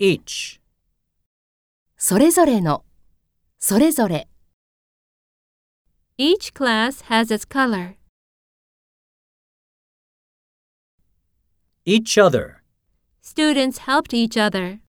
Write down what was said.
each, それぞれの、それぞれ、 Each class has its color. each other. Students helped each other.